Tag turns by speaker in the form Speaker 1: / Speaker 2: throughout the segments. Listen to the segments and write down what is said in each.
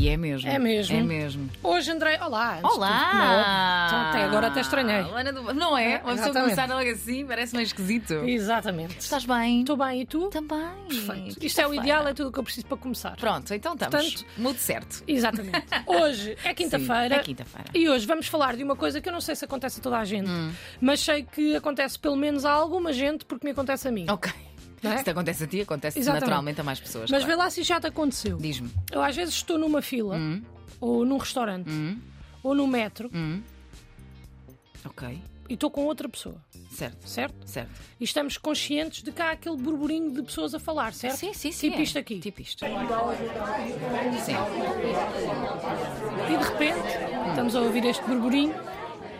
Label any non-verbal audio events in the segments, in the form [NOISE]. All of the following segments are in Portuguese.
Speaker 1: E é mesmo.
Speaker 2: É mesmo.
Speaker 1: É mesmo.
Speaker 2: Hoje, André, olá. antes de tudo, como é óbvio. Então,
Speaker 1: Olá!
Speaker 2: até agora até estranhei.
Speaker 1: Ana do- Não é? Uma pessoa
Speaker 2: Exatamente.
Speaker 1: começar logo assim parece meio esquisito.
Speaker 2: Exatamente.
Speaker 1: Estás bem?
Speaker 2: Estou bem e tu?
Speaker 1: Também.
Speaker 2: Perfeito. Isto é o
Speaker 1: Quinta-feira.
Speaker 2: ideal, é tudo o que eu preciso para começar.
Speaker 1: Pronto, então estamos.
Speaker 2: Portanto-
Speaker 1: Mude certo.
Speaker 2: Exatamente. [LAUGHS] Hoje é quinta-feira. Hum.
Speaker 1: Sim, é quinta-feira.
Speaker 2: E hoje vamos falar de uma coisa que eu não sei se acontece a toda a gente, mas sei que acontece pelo menos a alguma gente porque me acontece a mim.
Speaker 1: Ok.
Speaker 2: Não é?
Speaker 1: Se te acontece a ti, acontece
Speaker 2: Exatamente.
Speaker 1: naturalmente a mais pessoas.
Speaker 2: Mas vê
Speaker 1: claro.
Speaker 2: lá se já te aconteceu.
Speaker 1: Diz-me.
Speaker 2: Eu às vezes estou numa fila, ou num restaurante, ou no metro,
Speaker 1: Ok.
Speaker 2: e estou com outra pessoa,
Speaker 1: Certo.
Speaker 2: certo?
Speaker 1: Certo.
Speaker 2: E estamos conscientes de que há aquele burburinho de pessoas a falar, certo?
Speaker 1: Sim, sim, sim.
Speaker 2: Tipo
Speaker 1: é.
Speaker 2: isto aqui.
Speaker 1: Tipo isto. Sim.
Speaker 2: E de repente, estamos a ouvir este burburinho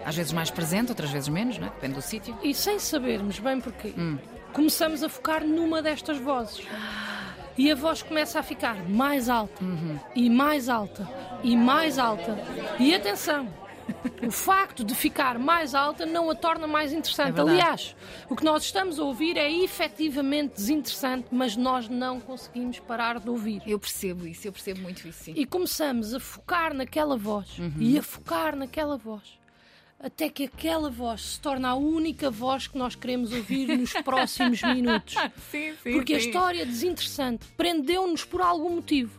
Speaker 1: Às vezes mais presente, outras vezes menos, não é? Depende do sítio.
Speaker 2: e sem sabermos bem porquê,
Speaker 1: Hum.
Speaker 2: começamos a focar numa destas vozes. E a voz começa a ficar mais alta
Speaker 1: Uhum.
Speaker 2: e mais alta e mais alta. E atenção, o facto de ficar mais alta não a torna mais interessante.
Speaker 1: É verdade.
Speaker 2: Aliás, o que nós estamos a ouvir é efetivamente desinteressante, mas nós não conseguimos parar de ouvir.
Speaker 1: Eu percebo isso, eu percebo muito isso, sim.
Speaker 2: E começamos a focar naquela voz
Speaker 1: Uhum.
Speaker 2: e a focar naquela voz. Até que aquela voz se torna a única voz que nós queremos ouvir
Speaker 1: [LAUGHS]
Speaker 2: nos próximos minutos.
Speaker 1: Sim, sim.
Speaker 2: Porque a história é desinteressante prendeu-nos por algum motivo.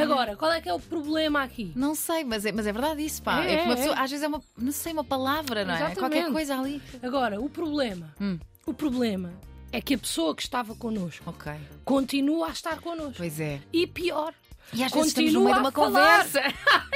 Speaker 2: Agora, qual é que é o problema aqui?
Speaker 1: Não sei, mas é, mas é verdade isso, pá.
Speaker 2: É,
Speaker 1: É, que uma
Speaker 2: é,
Speaker 1: pessoa, às vezes é uma, não sei, uma palavra, não é?
Speaker 2: Exatamente.
Speaker 1: Qualquer coisa ali.
Speaker 2: Agora, o problema.
Speaker 1: Hum.
Speaker 2: O problema é que a pessoa que estava connosco
Speaker 1: Ok,
Speaker 2: continua a estar connosco.
Speaker 1: pois é.
Speaker 2: E pior,
Speaker 1: E às vezes estamos no
Speaker 2: continua
Speaker 1: meio de uma
Speaker 2: a falar.
Speaker 1: conversa.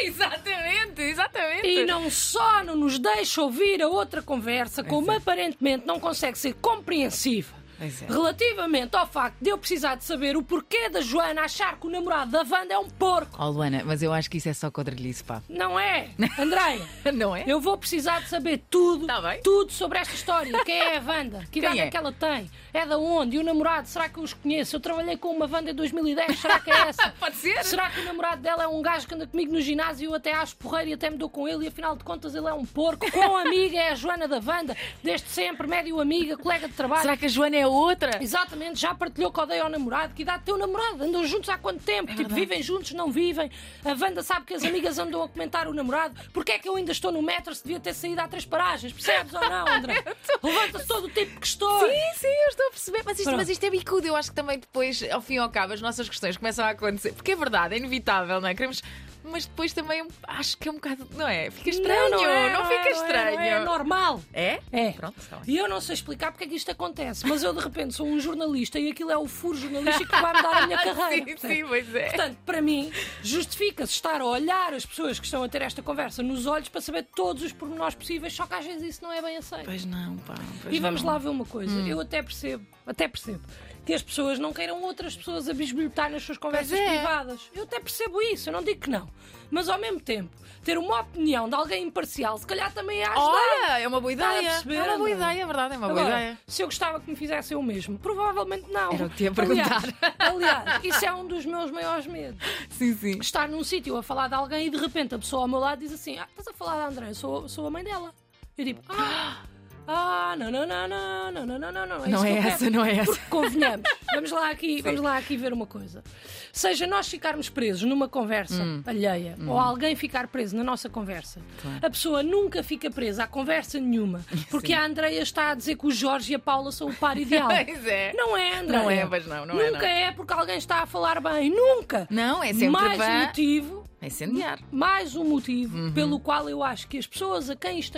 Speaker 1: exatamente, exatamente. [LAUGHS]
Speaker 2: E não só não nos deixa ouvir a outra conversa, como aparentemente não consegue ser compreensiva.
Speaker 1: é. Pois é.
Speaker 2: Relativamente ao facto de eu precisar de saber o porquê da Joana achar que o namorado da Wanda é um porco.
Speaker 1: Oh, Luana, mas eu acho que isso é só quadrilhice, pá. [LAUGHS]
Speaker 2: Não é? Andréia,
Speaker 1: Não é?
Speaker 2: eu vou precisar de saber tudo,
Speaker 1: Tá bem.
Speaker 2: tudo sobre esta história. Quem é a Wanda? Que idade
Speaker 1: é?
Speaker 2: é que ela tem? É da onde? E o namorado? Será que eu os conheço? Eu trabalhei com uma Wanda em 2010, será
Speaker 1: [LAUGHS]
Speaker 2: que é essa?
Speaker 1: Pode ser?
Speaker 2: Será que o namorado dela é um gajo que anda comigo no ginásio e eu até acho porreiro e até me dou com ele e afinal de contas ele é um porco? Com a amiga é a Joana da Vanda, desde sempre, médio amiga, colega de trabalho.
Speaker 1: Será que a Joana é outra?
Speaker 2: Exatamente, já partilhou que odeia ao namorado, que idade tem o namorado, andam juntos há quanto tempo,
Speaker 1: É
Speaker 2: tipo, vivem juntos, não vivem. A Wanda sabe que as amigas andam a comentar o namorado, porque é que eu ainda estou no metro se devia ter saído há três paragens, percebes ou não, André?
Speaker 1: [LAUGHS]
Speaker 2: Levanta-se todo o tipo que estou.
Speaker 1: Sim, sim, eu estou a perceber. Mas isto,
Speaker 2: Pronto.
Speaker 1: mas isto é bicudo. Eu acho que também depois, ao fim e ao cabo, as nossas questões começam a acontecer. Porque é verdade, é inevitável, não é? Queremos. Mas depois também é um- acho que é um bocado. Não é? Fica estranho, não,
Speaker 2: é, é,
Speaker 1: fica estranho.
Speaker 2: Não é, não é normal.
Speaker 1: É?
Speaker 2: É.
Speaker 1: Pronto, está bem.
Speaker 2: E eu não sei explicar porque é que isto acontece, mas eu de repente sou um jornalista e aquilo é o furo jornalístico que vai mudar
Speaker 1: [LAUGHS]
Speaker 2: a minha carreira.
Speaker 1: Ah, sim,
Speaker 2: percebe?
Speaker 1: sim, pois é.
Speaker 2: Portanto, para mim, justifica-se estar a olhar as pessoas que estão a ter esta conversa nos olhos para saber todos os pormenores possíveis, só que às vezes isso não é bem aceito.
Speaker 1: Pois não, pá. pois
Speaker 2: E vamos
Speaker 1: não. Hum.
Speaker 2: lá ver uma coisa. Eu até percebo, até percebo que as pessoas não queiram outras pessoas a bisbilhotar nas suas conversas
Speaker 1: é.
Speaker 2: privadas. Eu até percebo isso, eu não digo que não. Mas ao mesmo tempo, ter uma opinião de alguém imparcial, se calhar também é ajudar.
Speaker 1: Ora, é uma boa
Speaker 2: Estás a
Speaker 1: ideia.
Speaker 2: perceber,
Speaker 1: é uma boa
Speaker 2: André?
Speaker 1: ideia, é verdade, é uma boa
Speaker 2: Agora,
Speaker 1: ideia.
Speaker 2: se eu gostava que me fizessem o mesmo, provavelmente não.
Speaker 1: Era o que te ia
Speaker 2: Aliás,
Speaker 1: perguntar.
Speaker 2: aliás, isso é um dos meus maiores medos.
Speaker 1: Sim, sim.
Speaker 2: Estar num sítio a falar de alguém e de repente a pessoa ao meu lado diz assim: ah, estás a falar da André, eu sou, sou a mãe dela. Eu digo, ah, ah, não, não, não, não, não, não, não, não, não.
Speaker 1: Não
Speaker 2: isso
Speaker 1: é
Speaker 2: que eu
Speaker 1: essa,
Speaker 2: quero."
Speaker 1: não é essa. [LAUGHS]
Speaker 2: Porque [LAUGHS] convenhamos, vamos lá aqui, vamos lá aqui ver uma coisa. Seja nós ficarmos presos numa conversa
Speaker 1: Hum.
Speaker 2: alheia ou alguém ficar preso na nossa conversa, a pessoa nunca fica presa à conversa
Speaker 1: [LAUGHS]
Speaker 2: nenhuma, porque a Andreia está a dizer que o Jorge e a Paula são o
Speaker 1: [LAUGHS]
Speaker 2: par ideal.
Speaker 1: Pois é.
Speaker 2: Não é, André.
Speaker 1: Não é, pois não, não é, não.
Speaker 2: Nunca é porque alguém está a falar bem. Nunca.
Speaker 1: Não, é sempre
Speaker 2: Mais um
Speaker 1: para- Uhum.
Speaker 2: motivo
Speaker 1: É incendiar.
Speaker 2: mais um motivo pelo qual eu acho que as pessoas a quem isto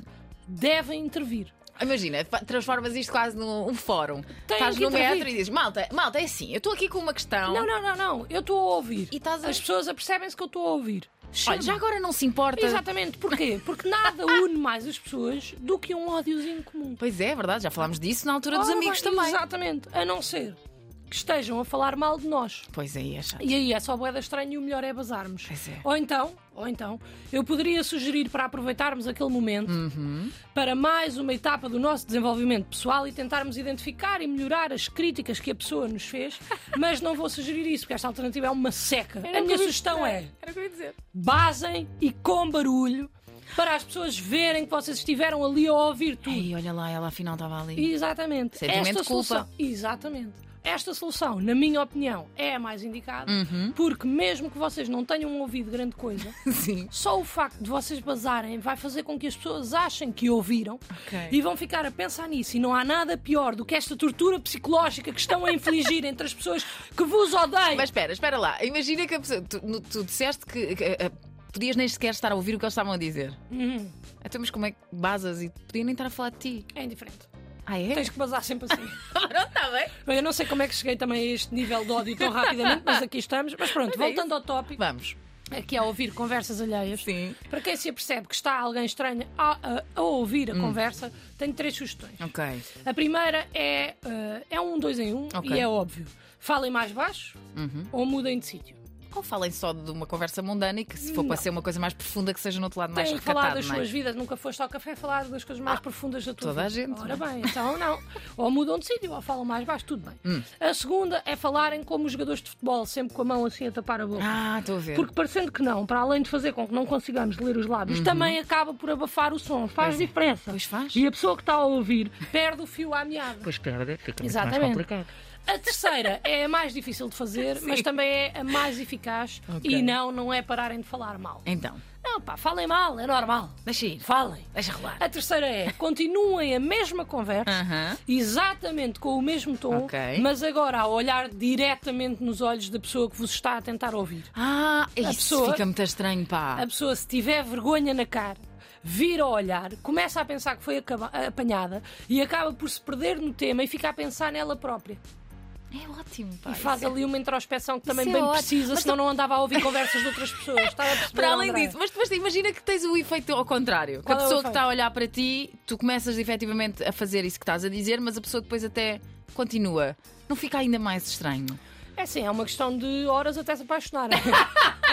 Speaker 1: Hum.
Speaker 2: devem intervir.
Speaker 1: Imagina, fa- transformas isto quase num um fórum.
Speaker 2: Tem
Speaker 1: Estás
Speaker 2: que
Speaker 1: no metro
Speaker 2: intervir.
Speaker 1: e dizes: Malta, malta, é assim, eu estou aqui com uma questão.
Speaker 2: Não, não, não, não. Eu estou a ouvir.
Speaker 1: E estás a-
Speaker 2: As pessoas apercebem-se que eu estou a ouvir. Chama.
Speaker 1: Olha, já tá- agora não se importa.
Speaker 2: Exatamente. Porquê?
Speaker 1: [LAUGHS]
Speaker 2: Porque nada une mais as pessoas do que um ódiozinho comum.
Speaker 1: Pois é, é verdade, já falámos disso na altura dos
Speaker 2: Ora
Speaker 1: amigos
Speaker 2: bem,
Speaker 1: também.
Speaker 2: Exatamente. A não ser que estejam a falar mal de nós.
Speaker 1: Pois aí, é chato.
Speaker 2: E aí é só boeda estranha e o melhor é bazarmos.
Speaker 1: Pois é.
Speaker 2: Ou então, ou então, eu poderia sugerir para aproveitarmos aquele momento para mais uma etapa do nosso desenvolvimento pessoal e tentarmos identificar e melhorar as críticas que a pessoa nos
Speaker 1: [LAUGHS]
Speaker 2: fez, mas não vou sugerir isso, porque esta alternativa é uma seca. A minha sugestão é
Speaker 1: Era o que eu ia dizer.
Speaker 2: basem e com barulho para as pessoas verem que vocês estiveram ali a ouvir tudo.
Speaker 1: Ei, olha lá, ela afinal estava ali.
Speaker 2: Exatamente.
Speaker 1: Sentimento
Speaker 2: Esta
Speaker 1: de culpa.
Speaker 2: solução- Exatamente. Esta solução, na minha opinião, é a mais indicada,
Speaker 1: Uhum.
Speaker 2: porque mesmo que vocês não tenham ouvido grande coisa, [LAUGHS]
Speaker 1: [LAUGHS] Sim.
Speaker 2: só o facto de vocês basarem vai fazer com que as pessoas achem que ouviram
Speaker 1: Ok.
Speaker 2: e vão ficar a pensar nisso. E não há nada pior do que esta tortura psicológica que estão a infligir [LAUGHS] entre as pessoas que vos odeiam.
Speaker 1: Mas espera, espera lá. Imagina que a pessoa. Tu, no- tu disseste que. que, eh, Podias nem sequer estar a ouvir o que eles estavam a dizer.
Speaker 2: Hum,
Speaker 1: Então, mas como é que basas e podia nem estar a falar de ti?
Speaker 2: é indiferente.
Speaker 1: Ah, é?
Speaker 2: Tens que basar sempre assim.
Speaker 1: Não está bem?
Speaker 2: Bem, Eu não sei como é que cheguei também a este nível de ódio tão rapidamente, mas aqui estamos. Mas pronto,
Speaker 1: é
Speaker 2: voltando ao tópico,
Speaker 1: Vamos.
Speaker 2: aqui a ouvir conversas alheias.
Speaker 1: Sim.
Speaker 2: Para quem se apercebe que está alguém estranho a, a- a ouvir
Speaker 1: Hum.
Speaker 2: a conversa, tenho três sugestões.
Speaker 1: Ok.
Speaker 2: A primeira é, eh, é um dois em um
Speaker 1: Ok. Uhum.
Speaker 2: e é óbvio. Falem mais baixo ou mudem de sítio.
Speaker 1: Ou falem só de uma conversa mundana e que se for para ser uma coisa mais profunda que seja no outro lado mais
Speaker 2: Têm que falar
Speaker 1: recatado,
Speaker 2: das
Speaker 1: não é?
Speaker 2: suas vidas, nunca foste ao café falar das coisas mais profundas da tua
Speaker 1: toda a
Speaker 2: vida.
Speaker 1: gente, é?
Speaker 2: Ora bem, então não.
Speaker 1: [LAUGHS]
Speaker 2: Ou mudam de sítio, ou falam mais baixo, tudo bem.
Speaker 1: Hum.
Speaker 2: A segunda é falarem como os jogadores de futebol, sempre com a mão assim a tapar a boca.
Speaker 1: Ah, estou a ver.
Speaker 2: Porque é parecendo que não, para além de fazer com que não consigamos ler os lábios, também acaba por abafar o som. Faz diferença.
Speaker 1: Uhum. Pois faz.
Speaker 2: E a pessoa que está a ouvir perde o fio à meada.
Speaker 3: Pois perde, fica muito mais
Speaker 2: Exatamente.
Speaker 3: complicado.
Speaker 2: A terceira é a mais difícil de
Speaker 1: [LAUGHS]
Speaker 2: fazer, mas também é a mais eficaz.
Speaker 1: Ok.
Speaker 2: E não, não é pararem de falar mal.
Speaker 1: Então,
Speaker 2: Não, pá, falem mal, é normal.
Speaker 1: deixa ir.
Speaker 2: Falem.
Speaker 1: Deixa rolar.
Speaker 2: A terceira é, continuem a mesma conversa,
Speaker 1: Aham.
Speaker 2: exatamente com o mesmo tom,
Speaker 1: Ok.
Speaker 2: mas agora a olhar diretamente nos olhos da pessoa que vos está a tentar ouvir.
Speaker 1: Ah, isso
Speaker 2: pessoa-
Speaker 1: fica muito estranho, pá.
Speaker 2: A pessoa, se tiver vergonha na cara, vira a olhar, começa a pensar que foi acaba- apanhada e acaba por se perder no tema e fica a pensar nela própria.
Speaker 1: É ótimo, pá.
Speaker 2: E faz
Speaker 1: isso é-
Speaker 2: ali uma introspeção que também
Speaker 1: Isso é
Speaker 2: bem
Speaker 1: ótimo.
Speaker 2: precisa,
Speaker 1: Mas
Speaker 2: senão não andava a ouvir conversas de outras pessoas. Estava a perceber,
Speaker 1: Para além
Speaker 2: Andréa?
Speaker 1: disso, mas depois imagina que tens o efeito ao contrário. Que a
Speaker 2: Qual é o
Speaker 1: pessoa que
Speaker 2: efeito?
Speaker 1: está a olhar para ti, tu começas efetivamente a fazer isso que estás a dizer, mas a pessoa depois até continua. Não fica ainda mais estranho.
Speaker 2: É sim, é uma questão de horas até se
Speaker 1: [LAUGHS]
Speaker 2: apaixonarem.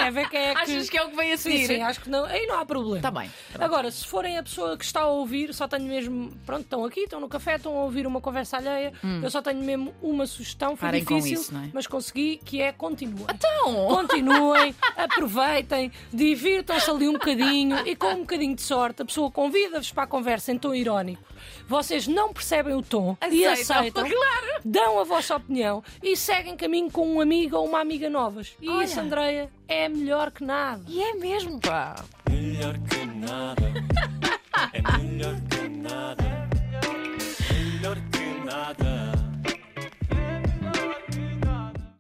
Speaker 2: é ver quem é que.
Speaker 1: Achas que é o que vem a
Speaker 2: Sim,
Speaker 1: seguir?
Speaker 2: sim, acho que não. Aí não há problema.
Speaker 1: Tá bem, tá bem.
Speaker 2: Agora, se forem a pessoa que está a ouvir, só tenho mesmo. Pronto, estão aqui, estão no café, estão a ouvir uma conversa alheia. Eu só tenho mesmo uma sugestão. Foi
Speaker 1: Hum. Parem com
Speaker 2: difícil,
Speaker 1: isso, não é?
Speaker 2: mas consegui, que é continuem.
Speaker 1: Então,
Speaker 2: Continuem, aproveitem, divirtam-se ali um bocadinho e com um bocadinho de sorte a pessoa convida-vos para a conversa em tom irónico. Vocês não percebem o tom e
Speaker 1: Aceitam,
Speaker 2: aceitam,
Speaker 1: claro.
Speaker 2: dão a vossa opinião e seguem caminho com um amigo ou uma amiga novas. E
Speaker 1: Olha.
Speaker 2: isso, Andreia, é melhor que nada.
Speaker 1: e é mesmo, pá.
Speaker 4: Melhor que nada. É melhor que nada.